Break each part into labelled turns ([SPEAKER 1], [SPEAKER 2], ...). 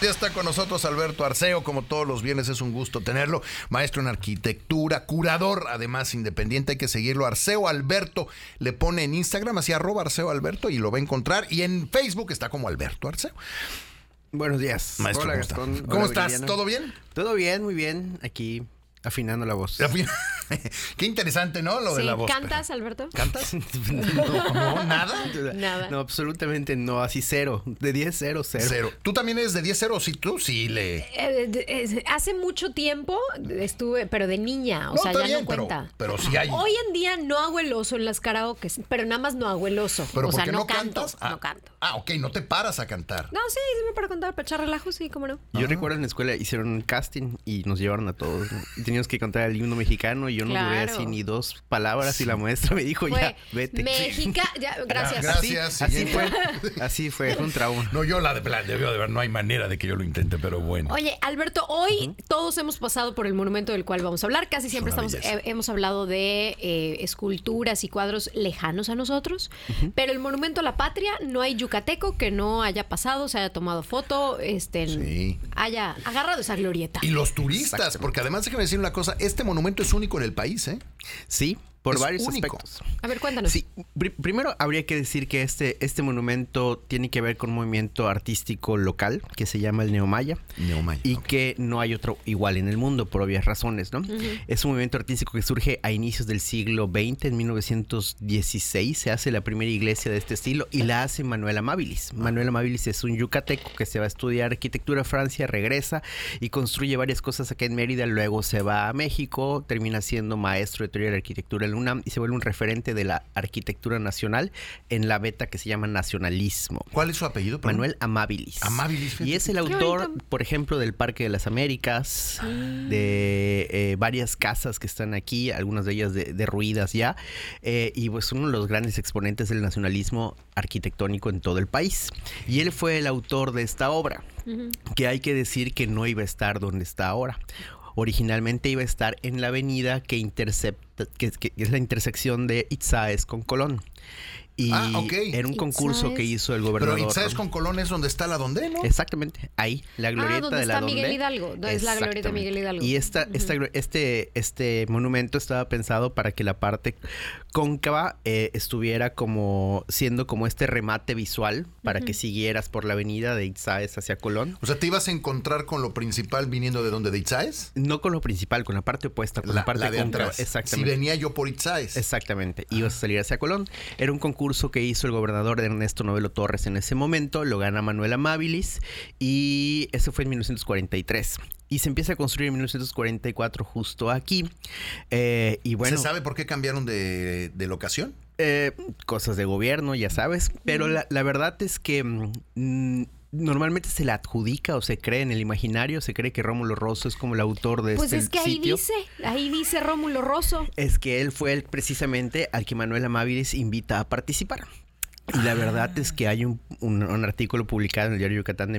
[SPEAKER 1] Ya está con nosotros Alberto Arceo, como todos los viernes es un gusto tenerlo, maestro en arquitectura, curador, además independiente, hay que seguirlo. Arceo Alberto le pone en Instagram así arroba Arceo Alberto y lo va a encontrar y en Facebook está como Alberto Arceo.
[SPEAKER 2] Buenos días.
[SPEAKER 1] Maestro,
[SPEAKER 2] Hola,
[SPEAKER 1] ¿cómo está?
[SPEAKER 2] Gastón.
[SPEAKER 1] ¿Cómo
[SPEAKER 2] Hola,
[SPEAKER 1] estás?
[SPEAKER 2] Viridiana.
[SPEAKER 1] ¿Todo bien?
[SPEAKER 2] Todo bien, muy bien. Aquí afinando la voz.
[SPEAKER 1] La fin- Qué interesante, ¿no? Lo de
[SPEAKER 3] Sí,
[SPEAKER 1] la voz.
[SPEAKER 3] ¿Cantas, Alberto?
[SPEAKER 1] ¿Cantas? No, no, nada.
[SPEAKER 3] Nada.
[SPEAKER 2] No, absolutamente no, así cero. De 10, cero, cero.
[SPEAKER 1] Cero. ¿Tú también eres de 10 cero? Sí, tú sí le...
[SPEAKER 3] Eh, de- es- hace mucho tiempo estuve, pero de niña, o
[SPEAKER 1] No,
[SPEAKER 3] sea,
[SPEAKER 1] está
[SPEAKER 3] ya
[SPEAKER 1] bien,
[SPEAKER 3] no
[SPEAKER 1] pero-
[SPEAKER 3] cuenta.
[SPEAKER 1] pero sí hay-
[SPEAKER 3] Hoy en día no hago el oso en las karaokes, pero nada más no hago el oso.
[SPEAKER 1] Pero
[SPEAKER 3] o sea,
[SPEAKER 1] porque
[SPEAKER 3] no,
[SPEAKER 1] no
[SPEAKER 3] canto,
[SPEAKER 1] cantas? Ah,
[SPEAKER 3] no canto.
[SPEAKER 1] Ah, ok, no te paras a cantar.
[SPEAKER 3] No, sí, sí me para contar, para echar relajo, sí, cómo no.
[SPEAKER 2] Yo recuerdo en la escuela hicieron un casting y nos llevaron a todos. ¿no? Y teníamos que cantar el himno mexicano y yo no duré
[SPEAKER 3] Claro.
[SPEAKER 2] así ni dos palabras y la maestra me dijo, ya,
[SPEAKER 3] Fue
[SPEAKER 2] vete.
[SPEAKER 3] México, ya, gracias.
[SPEAKER 1] Gracias.
[SPEAKER 2] Así, así
[SPEAKER 1] siguiente.
[SPEAKER 2] fue. Así fue, fue un trauma.
[SPEAKER 1] No, yo la de plan, debió de ver, no hay manera de que yo lo intente, pero bueno.
[SPEAKER 3] Oye, Alberto, hoy todos hemos pasado por el monumento del cual vamos a hablar. Casi siempre
[SPEAKER 1] una
[SPEAKER 3] estamos,
[SPEAKER 1] belleza.
[SPEAKER 3] he- hemos hablado de eh, esculturas y cuadros lejanos a nosotros, pero el monumento a la patria no hay yucateco que no haya pasado, se haya tomado foto, este,
[SPEAKER 1] Sí.
[SPEAKER 3] haya agarrado esa glorieta.
[SPEAKER 1] Y los turistas, porque además déjame decir una cosa, este monumento es único en el país, ¿eh?
[SPEAKER 2] Sí, por
[SPEAKER 1] Es
[SPEAKER 2] varios
[SPEAKER 1] único.
[SPEAKER 2] aspectos.
[SPEAKER 3] A ver, cuéntanos.
[SPEAKER 2] Sí, pri- primero habría que decir que este, este monumento tiene que ver con un movimiento artístico local que se llama el Neomaya.
[SPEAKER 1] Neomaya,
[SPEAKER 2] Y
[SPEAKER 1] ok.
[SPEAKER 2] que no hay otro igual en el mundo por obvias razones, ¿no? Es un movimiento artístico que surge a inicios del siglo XX, en 1916 se hace la primera iglesia de este estilo y la hace Manuel Amabilis.
[SPEAKER 1] Ah.
[SPEAKER 2] Manuel Amabilis es un yucateco que se va a estudiar arquitectura a Francia, regresa y construye varias cosas acá en Mérida, luego se va a México, termina siendo maestro de teoría de la arquitectura en la UNAM y se vuelve un referente de la arquitectura nacional en la beta que se llama nacionalismo.
[SPEAKER 1] ¿Cuál es su apellido? perdón?
[SPEAKER 2] Manuel Amabilis.
[SPEAKER 1] Amabilis, fíjate.
[SPEAKER 2] Y es el autor, por ejemplo, del Parque de las Américas, de eh, varias casas que están aquí, algunas de ellas de- derruidas ya, eh, y pues uno de los grandes exponentes del nacionalismo arquitectónico en todo el país. Y él fue el autor de esta obra,
[SPEAKER 3] Ah,
[SPEAKER 2] que hay que decir que no iba a estar donde está ahora. Originalmente iba a estar en la avenida que intercepta, que, que es la intersección de Itzaes con Colón. Y
[SPEAKER 1] Ah, ok.
[SPEAKER 2] era un concurso que
[SPEAKER 3] Itzaes.
[SPEAKER 2] hizo el
[SPEAKER 1] Pero
[SPEAKER 2] gobernador.
[SPEAKER 1] ¿sabes con Colón es donde está la donde, no?
[SPEAKER 2] Exactamente, ahí, la glorieta
[SPEAKER 3] donde
[SPEAKER 2] de la
[SPEAKER 3] Ah, está Miguel
[SPEAKER 2] Donde.
[SPEAKER 3] Hidalgo, do- es la glorieta de Miguel
[SPEAKER 2] Exactamente.
[SPEAKER 3] Hidalgo.
[SPEAKER 2] Y esta, esta glo- este, este monumento estaba pensado para que la parte cóncava eh, estuviera como siendo como este remate visual para que siguieras por la avenida de Itzaes hacia Colón.
[SPEAKER 1] O sea, te ibas a encontrar con lo principal viniendo de donde, de Itzaes.
[SPEAKER 2] No con lo principal, con la parte opuesta, con la, parte
[SPEAKER 1] de
[SPEAKER 2] cóncava.
[SPEAKER 1] atrás. Si
[SPEAKER 2] Exactamente.
[SPEAKER 1] venía yo por Itzaes.
[SPEAKER 2] Exactamente, ibas a salir hacia Colón. Era un concurso que hizo el gobernador Ernesto Novelo Torres en ese momento, lo gana Manuel Amabilis y eso fue en 1943. Y se empieza a construir en 1944 justo aquí. Eh, y bueno,
[SPEAKER 1] ¿Se sabe por qué cambiaron de, de locación?
[SPEAKER 2] eh, cosas de gobierno, ya sabes, pero la, la verdad es que mm, mm, normalmente se le adjudica o se cree en el imaginario, se cree que Rómulo Rosso es como el autor de
[SPEAKER 3] pues
[SPEAKER 2] este
[SPEAKER 3] es que ahí
[SPEAKER 2] sitio.
[SPEAKER 3] dice, ahí dice Rómulo Rosso.
[SPEAKER 2] Es que él fue el, precisamente al que Manuel Amabilis invita a participar. Y la verdad es que hay un, un- un artículo publicado en el diario Yucatán de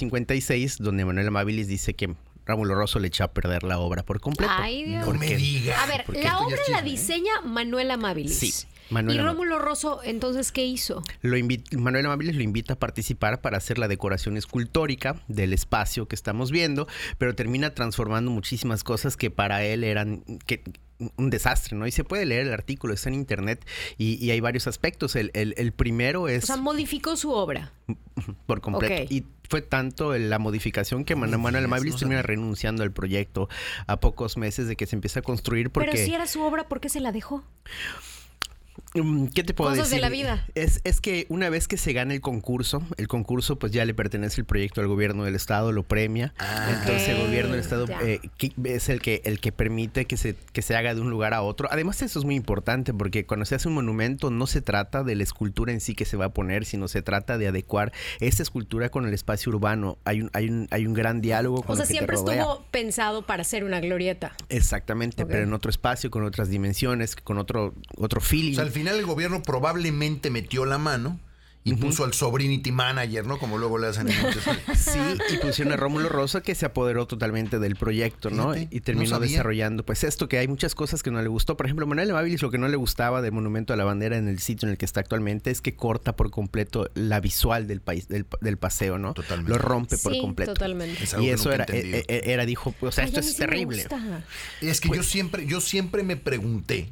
[SPEAKER 2] 1956 donde Manuel Amabilis dice que Rómulo Rosso le echó a perder la obra por completo.
[SPEAKER 3] Ay, Dios.
[SPEAKER 1] No
[SPEAKER 2] ¿Por
[SPEAKER 1] me
[SPEAKER 2] qué?
[SPEAKER 1] digas.
[SPEAKER 3] A ver,
[SPEAKER 1] porque
[SPEAKER 3] la
[SPEAKER 1] esto ya
[SPEAKER 3] obra
[SPEAKER 1] es
[SPEAKER 3] la
[SPEAKER 1] chisme, ¿eh?
[SPEAKER 3] diseña Manuel Amabilis.
[SPEAKER 2] Sí, Manuel
[SPEAKER 3] y
[SPEAKER 2] Amabilis.
[SPEAKER 3] Rómulo Rosso, entonces, ¿qué hizo?
[SPEAKER 2] Lo invi- Manuel Amabilis lo invita a participar para hacer la decoración escultórica del espacio que estamos viendo, pero termina transformando muchísimas cosas que para él eran que- un desastre, ¿no? Y se puede leer el artículo, está en internet y, y hay varios aspectos. El, el- el primero es
[SPEAKER 3] O sea, modificó su obra.
[SPEAKER 2] por completo.
[SPEAKER 3] ok.
[SPEAKER 2] Y fue tanto el- la modificación que Manuel,
[SPEAKER 1] digas,
[SPEAKER 2] Manuel Amabilis
[SPEAKER 1] no
[SPEAKER 2] termina
[SPEAKER 1] sabía.
[SPEAKER 2] renunciando al proyecto a pocos meses de que se empieza a construir porque...
[SPEAKER 3] Pero si era su obra, ¿por qué se la dejó?
[SPEAKER 2] Mm, ¿Qué te puedo
[SPEAKER 3] Cosas de
[SPEAKER 2] decir?
[SPEAKER 3] la vida.
[SPEAKER 2] Es, es que una vez que se gana el concurso, el concurso pues ya le pertenece el proyecto al gobierno del estado, lo premia.
[SPEAKER 1] Ah.
[SPEAKER 2] Entonces el
[SPEAKER 3] Ah, Ok,
[SPEAKER 2] gobierno del estado
[SPEAKER 3] ya.
[SPEAKER 2] eh, que- es el que, el que permite que se, que se haga de un lugar a otro. Además eso es muy importante porque cuando se hace un monumento no se trata de la escultura en sí que se va a poner, sino se trata de adecuar esa escultura con el espacio urbano. Hay un, hay un, hay un gran diálogo con
[SPEAKER 3] O
[SPEAKER 2] lo
[SPEAKER 3] sea,
[SPEAKER 2] que te
[SPEAKER 3] siempre
[SPEAKER 2] rodea.
[SPEAKER 3] estuvo pensado para hacer una glorieta.
[SPEAKER 2] Exactamente,
[SPEAKER 3] Ok.
[SPEAKER 2] pero en otro espacio, con otras dimensiones, con otro, otro feeling.
[SPEAKER 1] O sea, al final el gobierno probablemente metió la mano y puso al sobrinity manager, ¿no? Como luego le hacen en muchos-
[SPEAKER 2] Sí, y pusieron a Rómulo Rosa que se apoderó totalmente del proyecto, ¿no?
[SPEAKER 1] Fíjate,
[SPEAKER 2] y
[SPEAKER 1] no
[SPEAKER 2] terminó
[SPEAKER 1] sabía.
[SPEAKER 2] desarrollando, pues esto, que hay muchas cosas que no le gustó. Por ejemplo, Manuel Amabilis lo que no le gustaba de Monumento a la Bandera en el sitio en el que está actualmente es que corta por completo la visual del país, del, del paseo, ¿no?
[SPEAKER 1] Totalmente.
[SPEAKER 2] Lo rompe por
[SPEAKER 3] Sí,
[SPEAKER 2] completo.
[SPEAKER 3] totalmente.
[SPEAKER 1] Es algo
[SPEAKER 2] y
[SPEAKER 1] que
[SPEAKER 2] eso
[SPEAKER 1] nunca he
[SPEAKER 2] era,
[SPEAKER 1] entendido.
[SPEAKER 2] e- e- era, dijo, o sea,
[SPEAKER 3] Ay,
[SPEAKER 2] esto
[SPEAKER 3] a mí
[SPEAKER 2] es
[SPEAKER 3] sí me
[SPEAKER 2] terrible.
[SPEAKER 3] gusta.
[SPEAKER 1] Es que yo
[SPEAKER 2] Pues-
[SPEAKER 1] siempre, yo siempre me pregunté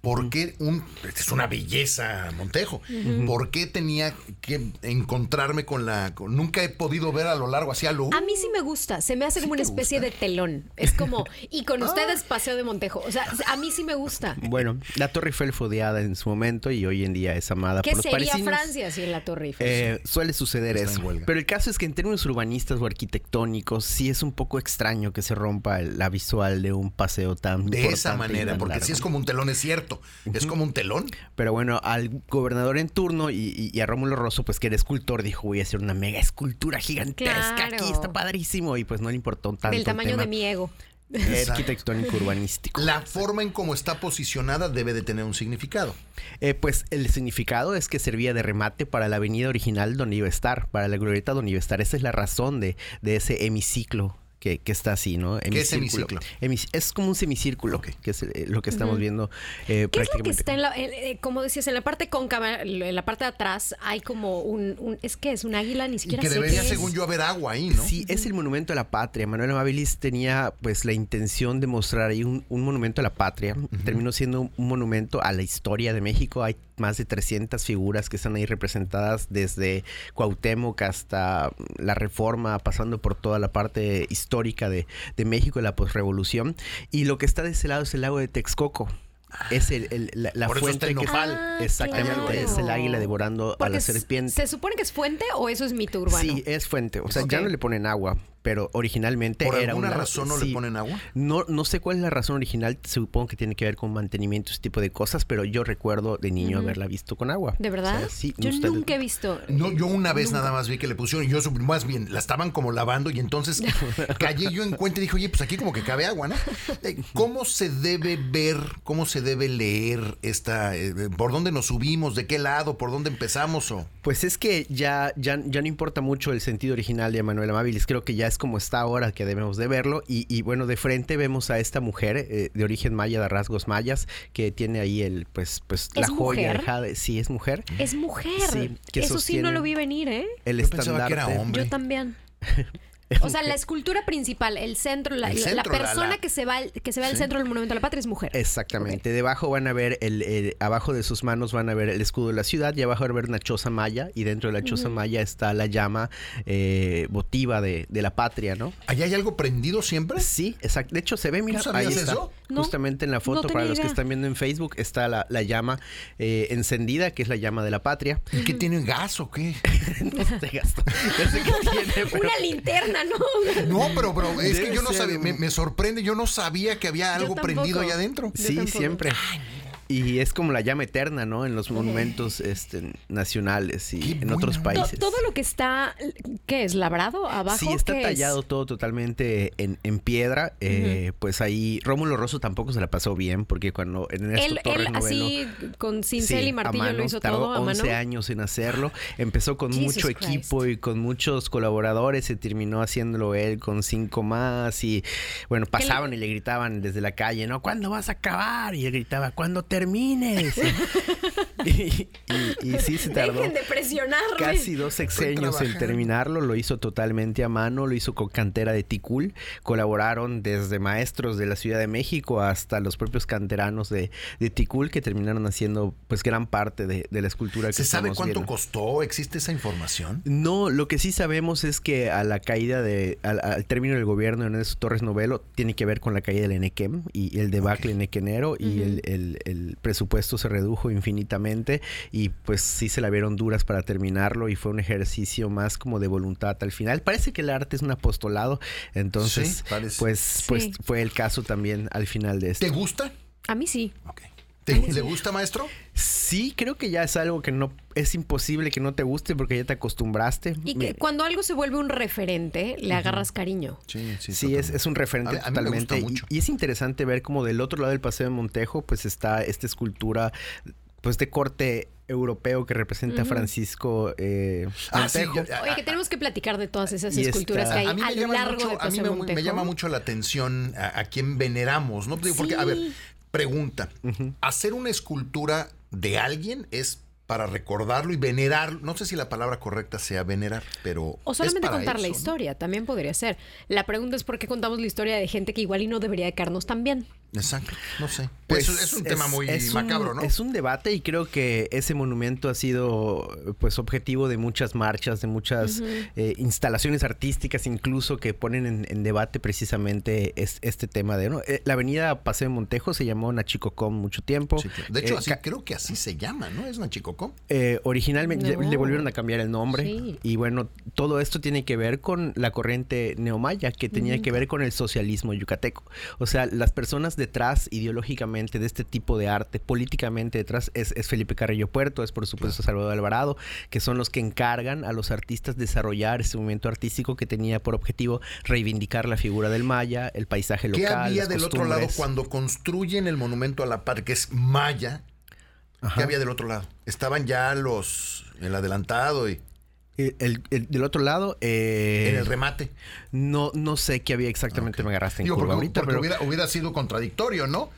[SPEAKER 1] por qué un es una belleza Montejo. ¿Por qué tenía que encontrarme con la con- nunca he podido ver a lo largo hacia lo
[SPEAKER 3] A mí sí me gusta, se me hace como
[SPEAKER 1] te
[SPEAKER 3] una especie de telón. Es como, y con ustedes Paseo de Montejo. O sea, a mí sí me gusta.
[SPEAKER 2] Ah. Bueno, la Torre Eiffel fue odiada en su momento y hoy en día es amada
[SPEAKER 3] ¿Qué
[SPEAKER 2] por los
[SPEAKER 3] sería
[SPEAKER 2] parisinos.
[SPEAKER 3] Francia sin la Torre Eiffel?
[SPEAKER 2] Eh, suele suceder
[SPEAKER 1] Está en
[SPEAKER 2] eso.
[SPEAKER 1] huelga.
[SPEAKER 2] Pero el caso es que en términos urbanistas o arquitectónicos, sí es un poco extraño que se rompa el- la visual de un paseo tan
[SPEAKER 1] de
[SPEAKER 2] importante
[SPEAKER 1] esa
[SPEAKER 2] y
[SPEAKER 1] manera,
[SPEAKER 2] tan
[SPEAKER 1] porque
[SPEAKER 2] largo.
[SPEAKER 1] si es como un telón, es cierto, es como un telón.
[SPEAKER 2] Pero bueno, al gobernador en turno y, y- y a Rómulo Rosso, pues que era escultor, dijo voy a hacer una mega escultura gigantesca
[SPEAKER 3] Claro.
[SPEAKER 2] aquí, está padrísimo. Y pues no le importó tanto
[SPEAKER 3] Del
[SPEAKER 2] el
[SPEAKER 3] tamaño
[SPEAKER 2] tema
[SPEAKER 3] de mi ego.
[SPEAKER 2] arquitectónico urbanístico.
[SPEAKER 1] La forma en cómo está posicionada debe de tener un significado.
[SPEAKER 2] Eh, pues el significado es que servía de remate para la avenida original donde iba a estar, para la glorieta donde iba a estar. Esa es la razón de, de ese hemiciclo que, que está así, ¿no?
[SPEAKER 1] es
[SPEAKER 2] Hemicírculo. Hemic- es como un semicírculo, que es eh, lo que estamos viendo eh,
[SPEAKER 3] ¿Qué es lo que
[SPEAKER 2] prácticamente.
[SPEAKER 3] está en la, en- eh, como decías, en la parte cóncava, en la parte de atrás hay como un, un- es que es un águila, ni
[SPEAKER 1] Y
[SPEAKER 3] siquiera
[SPEAKER 1] que
[SPEAKER 3] sé
[SPEAKER 1] debería,
[SPEAKER 3] qué es.
[SPEAKER 1] según yo, haber agua ahí, ¿no?
[SPEAKER 2] Sí, es el monumento a la patria. Manuel Amabilis tenía pues la intención de mostrar ahí un, un monumento a la patria. Terminó siendo un un monumento a la historia de México. Hay más de 300 figuras que están ahí representadas desde Cuauhtémoc hasta la Reforma, pasando por toda la parte histórica de, de México, la posrevolución. Y lo que está de ese lado es el lago de Texcoco. Es el- el- la, la
[SPEAKER 1] Ah. Por eso está
[SPEAKER 2] fuente
[SPEAKER 1] en
[SPEAKER 2] que
[SPEAKER 1] Nopal.
[SPEAKER 3] Ah,
[SPEAKER 2] exactamente
[SPEAKER 1] claro.
[SPEAKER 2] es el águila devorando a
[SPEAKER 3] Porque
[SPEAKER 2] la
[SPEAKER 3] s-
[SPEAKER 2] serpiente.
[SPEAKER 3] ¿Se supone que es fuente o eso es mito urbano?
[SPEAKER 2] Sí, es fuente. O sea,
[SPEAKER 3] Ok.
[SPEAKER 2] ya no le ponen agua, pero originalmente
[SPEAKER 1] ¿Por
[SPEAKER 2] era
[SPEAKER 1] alguna
[SPEAKER 2] una-
[SPEAKER 1] razón no le
[SPEAKER 2] sí.
[SPEAKER 1] ponen agua?
[SPEAKER 2] No, no sé cuál es la razón original, supongo que tiene que ver con mantenimiento, ese tipo de cosas, pero yo recuerdo de niño haberla visto con agua.
[SPEAKER 3] ¿De
[SPEAKER 2] O
[SPEAKER 3] verdad?
[SPEAKER 2] sea, sí,
[SPEAKER 3] yo
[SPEAKER 2] ustedes-
[SPEAKER 3] nunca he visto.
[SPEAKER 1] No, yo una vez nada más vi que le pusieron, y yo sup- más bien la estaban como lavando y entonces callé yo en cuenta y dije, oye, pues aquí como que cabe agua, ¿no? Eh, ¿Cómo se debe ver, cómo se debe leer esta, eh, por dónde nos subimos, de qué lado, por dónde empezamos o...
[SPEAKER 2] Pues es que ya, ya, ya no importa mucho el sentido original de Manuel Amabilis, creo que ya es como está ahora que debemos de verlo. Y, y bueno, de frente vemos a esta mujer eh, de origen maya, de rasgos mayas, que tiene ahí el, pues, pues la
[SPEAKER 3] ¿Es
[SPEAKER 2] joya
[SPEAKER 3] mujer?
[SPEAKER 2] dejada. de- Sí, es mujer.
[SPEAKER 3] Es mujer.
[SPEAKER 2] Sí, que
[SPEAKER 3] eso sí no
[SPEAKER 2] sostiene-
[SPEAKER 3] lo vi venir, ¿eh?
[SPEAKER 2] El
[SPEAKER 1] Yo pensaba que era
[SPEAKER 2] estandarte-
[SPEAKER 1] hombre.
[SPEAKER 3] Yo también. O sea, la escultura principal, el centro, la,
[SPEAKER 1] El
[SPEAKER 3] la- la
[SPEAKER 1] centro, la-
[SPEAKER 3] persona
[SPEAKER 1] la-
[SPEAKER 3] que se va al- que se ve al
[SPEAKER 1] Sí.
[SPEAKER 3] centro del monumento a la patria es mujer.
[SPEAKER 2] Exactamente. Debajo van a ver el, el- abajo de sus manos van a ver el escudo de la ciudad y abajo van a ver una choza maya y dentro de la choza maya está la llama eh, votiva de, de la patria, ¿no?
[SPEAKER 1] ¿Allá hay algo prendido siempre?
[SPEAKER 2] Sí, exacto. De hecho se ve, mira,
[SPEAKER 1] Ah. ¿Tú
[SPEAKER 2] ahí
[SPEAKER 1] sabías
[SPEAKER 2] está.
[SPEAKER 1] eso?
[SPEAKER 3] No,
[SPEAKER 2] Justamente en la
[SPEAKER 3] no
[SPEAKER 2] foto
[SPEAKER 3] tenía
[SPEAKER 2] para los que
[SPEAKER 3] idea.
[SPEAKER 2] están viendo en Facebook está la, la llama eh, encendida que es la llama de la patria.
[SPEAKER 1] ¿Y qué tiene gas o qué?
[SPEAKER 2] no se gasta. No sé qué tiene, pero-
[SPEAKER 3] Una linterna, ¿no?
[SPEAKER 1] No, pero, pero es que
[SPEAKER 2] Debe
[SPEAKER 1] yo no
[SPEAKER 2] ser
[SPEAKER 1] sabía, me,
[SPEAKER 2] un-
[SPEAKER 1] me sorprende, yo no sabía que había algo
[SPEAKER 3] tampoco.
[SPEAKER 1] prendido allá adentro.
[SPEAKER 3] Yo
[SPEAKER 2] Sí,
[SPEAKER 3] tampoco.
[SPEAKER 2] siempre. Y es como la llama eterna, ¿no? En los monumentos este, nacionales y
[SPEAKER 1] Qué
[SPEAKER 2] en otros
[SPEAKER 1] buena onda.
[SPEAKER 2] países.
[SPEAKER 3] Todo lo que está, ¿qué es? ¿Labrado? ¿Abajo?
[SPEAKER 2] Sí, está
[SPEAKER 3] ¿Qué es?
[SPEAKER 2] tallado todo totalmente en, en piedra. eh, Pues ahí Rómulo Rosso tampoco se la pasó bien porque cuando en
[SPEAKER 3] Él,
[SPEAKER 2] Torres
[SPEAKER 3] él
[SPEAKER 2] Novelo-
[SPEAKER 3] así con cincel
[SPEAKER 2] Sí,
[SPEAKER 3] y
[SPEAKER 2] a
[SPEAKER 3] martillo
[SPEAKER 2] mano,
[SPEAKER 3] lo hizo
[SPEAKER 2] tardó
[SPEAKER 3] todo a
[SPEAKER 2] 11
[SPEAKER 3] mano.
[SPEAKER 2] años en hacerlo. Empezó con
[SPEAKER 3] Jesus
[SPEAKER 2] mucho
[SPEAKER 3] Christ.
[SPEAKER 2] equipo y con muchos colaboradores. Se terminó haciéndolo él con cinco más. Y bueno, pasaban y le gritaban desde la calle, ¿no? ¿Cuándo vas a acabar? Y él gritaba, ¿cuándo termines? y, y- y sí, se tardó
[SPEAKER 3] Dejen de presionarme.
[SPEAKER 2] casi dos sexenios en
[SPEAKER 1] trabajando.
[SPEAKER 2] terminarlo, lo hizo totalmente a mano, lo hizo con cantera de Ticul, colaboraron desde maestros de la Ciudad de México hasta los propios canteranos de, de Ticul que terminaron haciendo pues gran parte de, de la escultura que
[SPEAKER 1] ¿Se sabe
[SPEAKER 2] estamos
[SPEAKER 1] cuánto
[SPEAKER 2] viendo.
[SPEAKER 1] costó? ¿Existe esa información?
[SPEAKER 2] No, lo que sí sabemos es que a la caída de, al, al término del gobierno de Ernesto Torres Novelo tiene que ver con la caída del Enequem y el debacle enequenero y el, el- el presupuesto se redujo infinitamente y pues sí se la vieron duras para terminarlo y fue un ejercicio más como de voluntad al final. Parece que el arte es un apostolado, entonces
[SPEAKER 1] Sí, parece.
[SPEAKER 2] pues, pues
[SPEAKER 3] Sí.
[SPEAKER 2] fue el caso también al final de esto.
[SPEAKER 1] ¿Te gusta?
[SPEAKER 3] A mí sí.
[SPEAKER 1] Ok. ¿Te, ¿Le gusta, maestro?
[SPEAKER 2] Sí, creo que ya es algo que no es imposible que no te guste porque ya te acostumbraste.
[SPEAKER 3] Y
[SPEAKER 2] Me-
[SPEAKER 3] que cuando algo se vuelve un referente, le agarras cariño.
[SPEAKER 1] Sí,
[SPEAKER 2] Sí, es, es un referente
[SPEAKER 1] A mí- a mí me
[SPEAKER 2] totalmente.
[SPEAKER 1] gusta
[SPEAKER 2] y-
[SPEAKER 1] mucho.
[SPEAKER 2] Y, es interesante ver como del otro lado del Paseo de Montejo, pues está esta escultura pues de corte europeo que representa a Francisco eh,
[SPEAKER 1] Ah, sí,
[SPEAKER 2] Montejo.
[SPEAKER 1] ya-
[SPEAKER 3] Oye, que tenemos que platicar de todas esas
[SPEAKER 2] Y esta-
[SPEAKER 3] esculturas que hay
[SPEAKER 1] A mí,
[SPEAKER 3] a
[SPEAKER 1] me
[SPEAKER 3] lo
[SPEAKER 1] llama,
[SPEAKER 3] largo
[SPEAKER 1] mucho,
[SPEAKER 3] de
[SPEAKER 1] a mí
[SPEAKER 3] Paseo
[SPEAKER 1] me, me
[SPEAKER 3] Montejo.
[SPEAKER 1] llama mucho la atención a, a quién veneramos, ¿no? Digo, Porque, a
[SPEAKER 3] Sí.
[SPEAKER 1] ver, pregunta, ¿hacer una escultura de alguien es para recordarlo y venerarlo? No sé si la palabra correcta sea venerar, pero...
[SPEAKER 3] O
[SPEAKER 1] es
[SPEAKER 3] solamente
[SPEAKER 1] para
[SPEAKER 3] contar la
[SPEAKER 1] eso, ¿no?
[SPEAKER 3] historia, también podría ser. La pregunta es por qué contamos la historia de gente que igual y no debería de caernos tan bien.
[SPEAKER 1] Exacto, no sé.
[SPEAKER 2] Pues,
[SPEAKER 1] Eso es un tema muy
[SPEAKER 2] es un-
[SPEAKER 1] macabro, ¿no?
[SPEAKER 2] Es un debate y creo que ese monumento ha sido pues objetivo de muchas marchas, de muchas eh, instalaciones artísticas incluso que ponen en, en debate precisamente es- este tema de... ¿no? Eh, la avenida Paseo de Montejo se llamó Nachicocón mucho tiempo.
[SPEAKER 1] Sí, claro. De hecho,
[SPEAKER 2] Eh,
[SPEAKER 1] así,
[SPEAKER 2] ca-
[SPEAKER 1] creo que así se llama, ¿no? Es Nachicocó.
[SPEAKER 2] Eh, originalmente
[SPEAKER 3] No.
[SPEAKER 2] le volvieron a cambiar el nombre
[SPEAKER 3] Sí.
[SPEAKER 2] y bueno, todo esto tiene que ver con la corriente neomaya que tenía que ver con el socialismo yucateco. O sea, las personas detrás ideológicamente de este tipo de arte, políticamente detrás, es, es Felipe Carrillo Puerto, es por supuesto Salvador Alvarado, que son los que encargan a los artistas desarrollar ese movimiento artístico que tenía por objetivo reivindicar la figura del maya, el paisaje local.
[SPEAKER 1] ¿Qué había
[SPEAKER 2] las
[SPEAKER 1] del otro lado
[SPEAKER 2] costumbres.
[SPEAKER 1] cuando construyen el monumento a la par, que es Maya? ¿Qué
[SPEAKER 2] Ajá.
[SPEAKER 1] había del otro lado? Estaban ya los... el adelantado y...
[SPEAKER 2] El- Eh, el- el- del otro lado... eh,
[SPEAKER 1] en el remate.
[SPEAKER 2] No, no sé qué había exactamente, me agarraste en
[SPEAKER 1] Digo,
[SPEAKER 2] curva
[SPEAKER 1] porque,
[SPEAKER 2] ahorita,
[SPEAKER 1] porque
[SPEAKER 2] pero
[SPEAKER 1] hubiera, hubiera sido contradictorio, ¿no?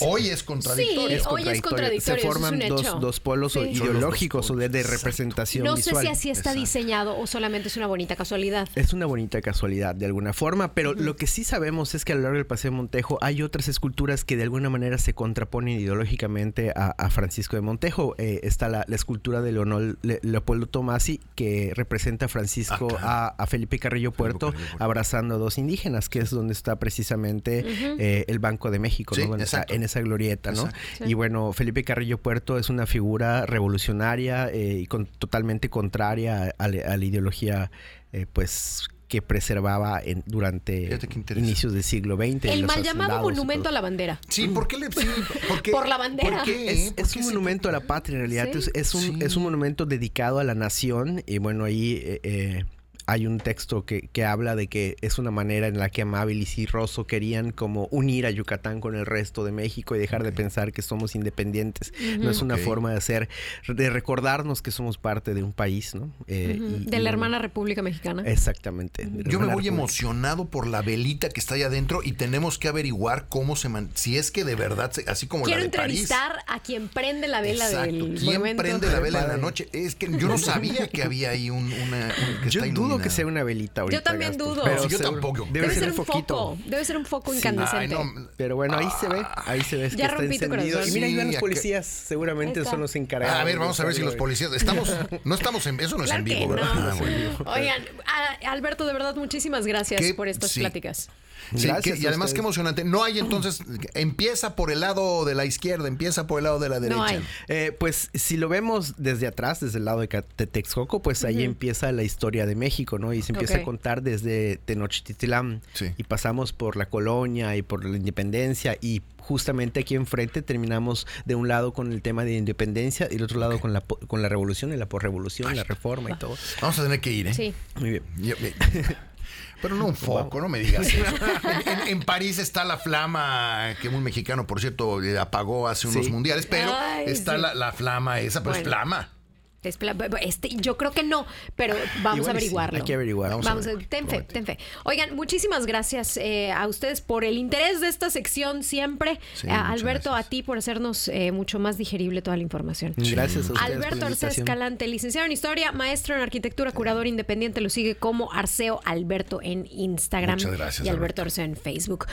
[SPEAKER 1] Hoy es contradictorio.
[SPEAKER 3] Sí, hoy Eh, es contradictorio,
[SPEAKER 2] Se
[SPEAKER 3] eso es
[SPEAKER 2] forman
[SPEAKER 3] un hecho.
[SPEAKER 2] dos, dos polos
[SPEAKER 3] Sí.
[SPEAKER 2] o
[SPEAKER 3] Son
[SPEAKER 1] los dos
[SPEAKER 2] ideológicos o de, de
[SPEAKER 1] polos, exacto.
[SPEAKER 2] representación
[SPEAKER 3] No sé
[SPEAKER 2] visual.
[SPEAKER 3] si así está
[SPEAKER 1] Exacto.
[SPEAKER 3] diseñado o solamente es una bonita casualidad.
[SPEAKER 2] Es una bonita casualidad de alguna forma, pero lo que sí sabemos es que a lo largo del Paseo de Montejo hay otras esculturas que de alguna manera se contraponen ideológicamente a, a Francisco de Montejo. Eh, está la, la escultura de Leonol- Le- Leopoldo Tomasi que representa a Francisco,
[SPEAKER 1] Ah, claro.
[SPEAKER 2] a, a Felipe Carrillo Puerto,
[SPEAKER 1] Carrillo Puerto.
[SPEAKER 2] abrazando a dos indígenas, que es donde está precisamente eh, el Banco de México,
[SPEAKER 1] Sí,
[SPEAKER 2] ¿no? Donde está
[SPEAKER 1] exacto.
[SPEAKER 2] en esa glorieta, ¿no?
[SPEAKER 1] Exacto.
[SPEAKER 3] Sí.
[SPEAKER 2] Y bueno, Felipe Carrillo Puerto es una figura revolucionaria eh, y con- totalmente contraria a, a la a la ideología, eh, pues que preservaba en- durante
[SPEAKER 1] Fíjate qué interesante.
[SPEAKER 2] inicios del siglo XX.
[SPEAKER 3] El
[SPEAKER 2] los
[SPEAKER 3] mal llamado
[SPEAKER 2] hacendados y
[SPEAKER 3] monumento a
[SPEAKER 2] todo.
[SPEAKER 3] la bandera.
[SPEAKER 1] Sí, ¿por qué le.? sí, ¿por qué-
[SPEAKER 3] Por la bandera.
[SPEAKER 1] ¿Por qué?
[SPEAKER 2] Es,
[SPEAKER 1] ¿Por
[SPEAKER 2] es
[SPEAKER 1] qué
[SPEAKER 2] un
[SPEAKER 1] se-
[SPEAKER 2] monumento a la patria, en realidad.
[SPEAKER 3] Sí.
[SPEAKER 2] Es, es un,
[SPEAKER 1] Sí.
[SPEAKER 2] es un monumento dedicado a la nación. Y bueno, ahí eh, eh, hay un texto que, que habla de que es una manera en la que Amabilis y Rosso querían como unir a Yucatán con el resto de México y dejar de pensar que somos independientes. No es una
[SPEAKER 1] Ok.
[SPEAKER 2] forma de hacer, de recordarnos que somos parte de un país, ¿no? Eh,
[SPEAKER 3] Ujú.
[SPEAKER 2] y- y
[SPEAKER 3] De la
[SPEAKER 2] bueno,
[SPEAKER 3] hermana República Mexicana.
[SPEAKER 1] Eh,
[SPEAKER 2] Exactamente. de la
[SPEAKER 1] Yo me
[SPEAKER 2] hermana
[SPEAKER 1] voy
[SPEAKER 2] República.
[SPEAKER 1] emocionado por la velita que está allá adentro y tenemos que averiguar cómo se man... si es que de verdad, se- así como
[SPEAKER 3] Quiero
[SPEAKER 1] la de París.
[SPEAKER 3] entrevistar a quien prende la vela
[SPEAKER 1] Exacto.
[SPEAKER 3] del
[SPEAKER 1] ¿Quién
[SPEAKER 3] monumento.
[SPEAKER 1] prende la vela en la
[SPEAKER 2] Padre.
[SPEAKER 1] noche? Es que yo no sabía que había ahí un, una. un- que
[SPEAKER 2] Yo
[SPEAKER 1] está iluminado.
[SPEAKER 2] dudo que sea una velita ahorita.
[SPEAKER 3] también
[SPEAKER 2] Gaston,
[SPEAKER 3] dudo.
[SPEAKER 1] Sí, yo
[SPEAKER 2] seguro-
[SPEAKER 1] tampoco.
[SPEAKER 3] Debe,
[SPEAKER 1] Debe
[SPEAKER 3] ser, un foco. Debe ser un foco
[SPEAKER 1] Ay,
[SPEAKER 3] incandescente.
[SPEAKER 1] no,
[SPEAKER 2] Pero bueno, ahí se ve, ahí se ve
[SPEAKER 3] Ya
[SPEAKER 2] que está
[SPEAKER 3] rompí tu
[SPEAKER 2] encendido.
[SPEAKER 3] corazón.
[SPEAKER 2] Y mira, ahí
[SPEAKER 1] Sí,
[SPEAKER 2] van los
[SPEAKER 1] acá- Ah,
[SPEAKER 2] policías, seguramente
[SPEAKER 3] Ahí está.
[SPEAKER 2] son los encargados.
[SPEAKER 1] A ver, vamos a ver si los policías. Estamos. No estamos en. Eso no es
[SPEAKER 3] Claro
[SPEAKER 1] en vivo,
[SPEAKER 3] que
[SPEAKER 1] ¿verdad?
[SPEAKER 3] no.
[SPEAKER 1] Ah, bueno.
[SPEAKER 3] Oigan, a- Alberto, de verdad, muchísimas gracias
[SPEAKER 1] Qué-
[SPEAKER 3] por estas
[SPEAKER 1] sí.
[SPEAKER 3] pláticas.
[SPEAKER 1] Sí,
[SPEAKER 2] Gracias
[SPEAKER 1] que- y
[SPEAKER 2] a
[SPEAKER 1] además qué
[SPEAKER 2] ustedes.
[SPEAKER 1] emocionante. No hay entonces, empieza por el lado de la izquierda, empieza por el lado de la derecha.
[SPEAKER 3] No hay.
[SPEAKER 2] Eh, pues si lo vemos desde atrás, desde el lado de Cat- de Texcoco, pues ahí empieza la historia de México, ¿no? Y se empieza
[SPEAKER 3] Ok.
[SPEAKER 2] a contar desde Tenochtitlán
[SPEAKER 1] Sí.
[SPEAKER 2] y pasamos por la colonia y por la independencia y justamente aquí enfrente terminamos de un lado con el tema de independencia y del otro lado con, la, po- con la revolución y la porrevolución, la reforma y todo.
[SPEAKER 1] Vamos a tener que ir, ¿eh?
[SPEAKER 3] Sí.
[SPEAKER 2] Muy bien.
[SPEAKER 1] Yo- me- Pero no un foco, no me digas. eso. En, en- en París está la flama que un mexicano, por cierto, eh, apagó hace unos
[SPEAKER 2] Sí.
[SPEAKER 1] mundiales, pero
[SPEAKER 3] Ay,
[SPEAKER 1] está
[SPEAKER 3] sí.
[SPEAKER 1] la, la flama esa, pero es
[SPEAKER 3] Bueno.
[SPEAKER 1] flama.
[SPEAKER 3] Es pla- b- b- este, yo creo que no, pero
[SPEAKER 2] Igual
[SPEAKER 3] vamos a
[SPEAKER 2] y sí,
[SPEAKER 3] averiguarlo.
[SPEAKER 2] hay que averiguar.
[SPEAKER 3] Vamos,
[SPEAKER 2] Vamos
[SPEAKER 1] a
[SPEAKER 3] a-
[SPEAKER 1] averiguar,
[SPEAKER 3] ten fe, ten fe. Oigan, muchísimas gracias eh, a ustedes por el interés de esta sección siempre.
[SPEAKER 1] Sí,
[SPEAKER 3] Eh,
[SPEAKER 1] muchas
[SPEAKER 3] Alberto,
[SPEAKER 1] gracias.
[SPEAKER 3] a ti por hacernos eh, mucho más digerible toda la información.
[SPEAKER 2] Gracias a ustedes. por
[SPEAKER 3] Alberto
[SPEAKER 2] la
[SPEAKER 3] Arce
[SPEAKER 2] invitación.
[SPEAKER 3] Escalante, licenciado en Historia, maestro en Arquitectura, curador independiente, lo sigue como Arceo Alberto en Instagram
[SPEAKER 1] Muchas gracias,
[SPEAKER 3] y Alberto Arceo en Facebook.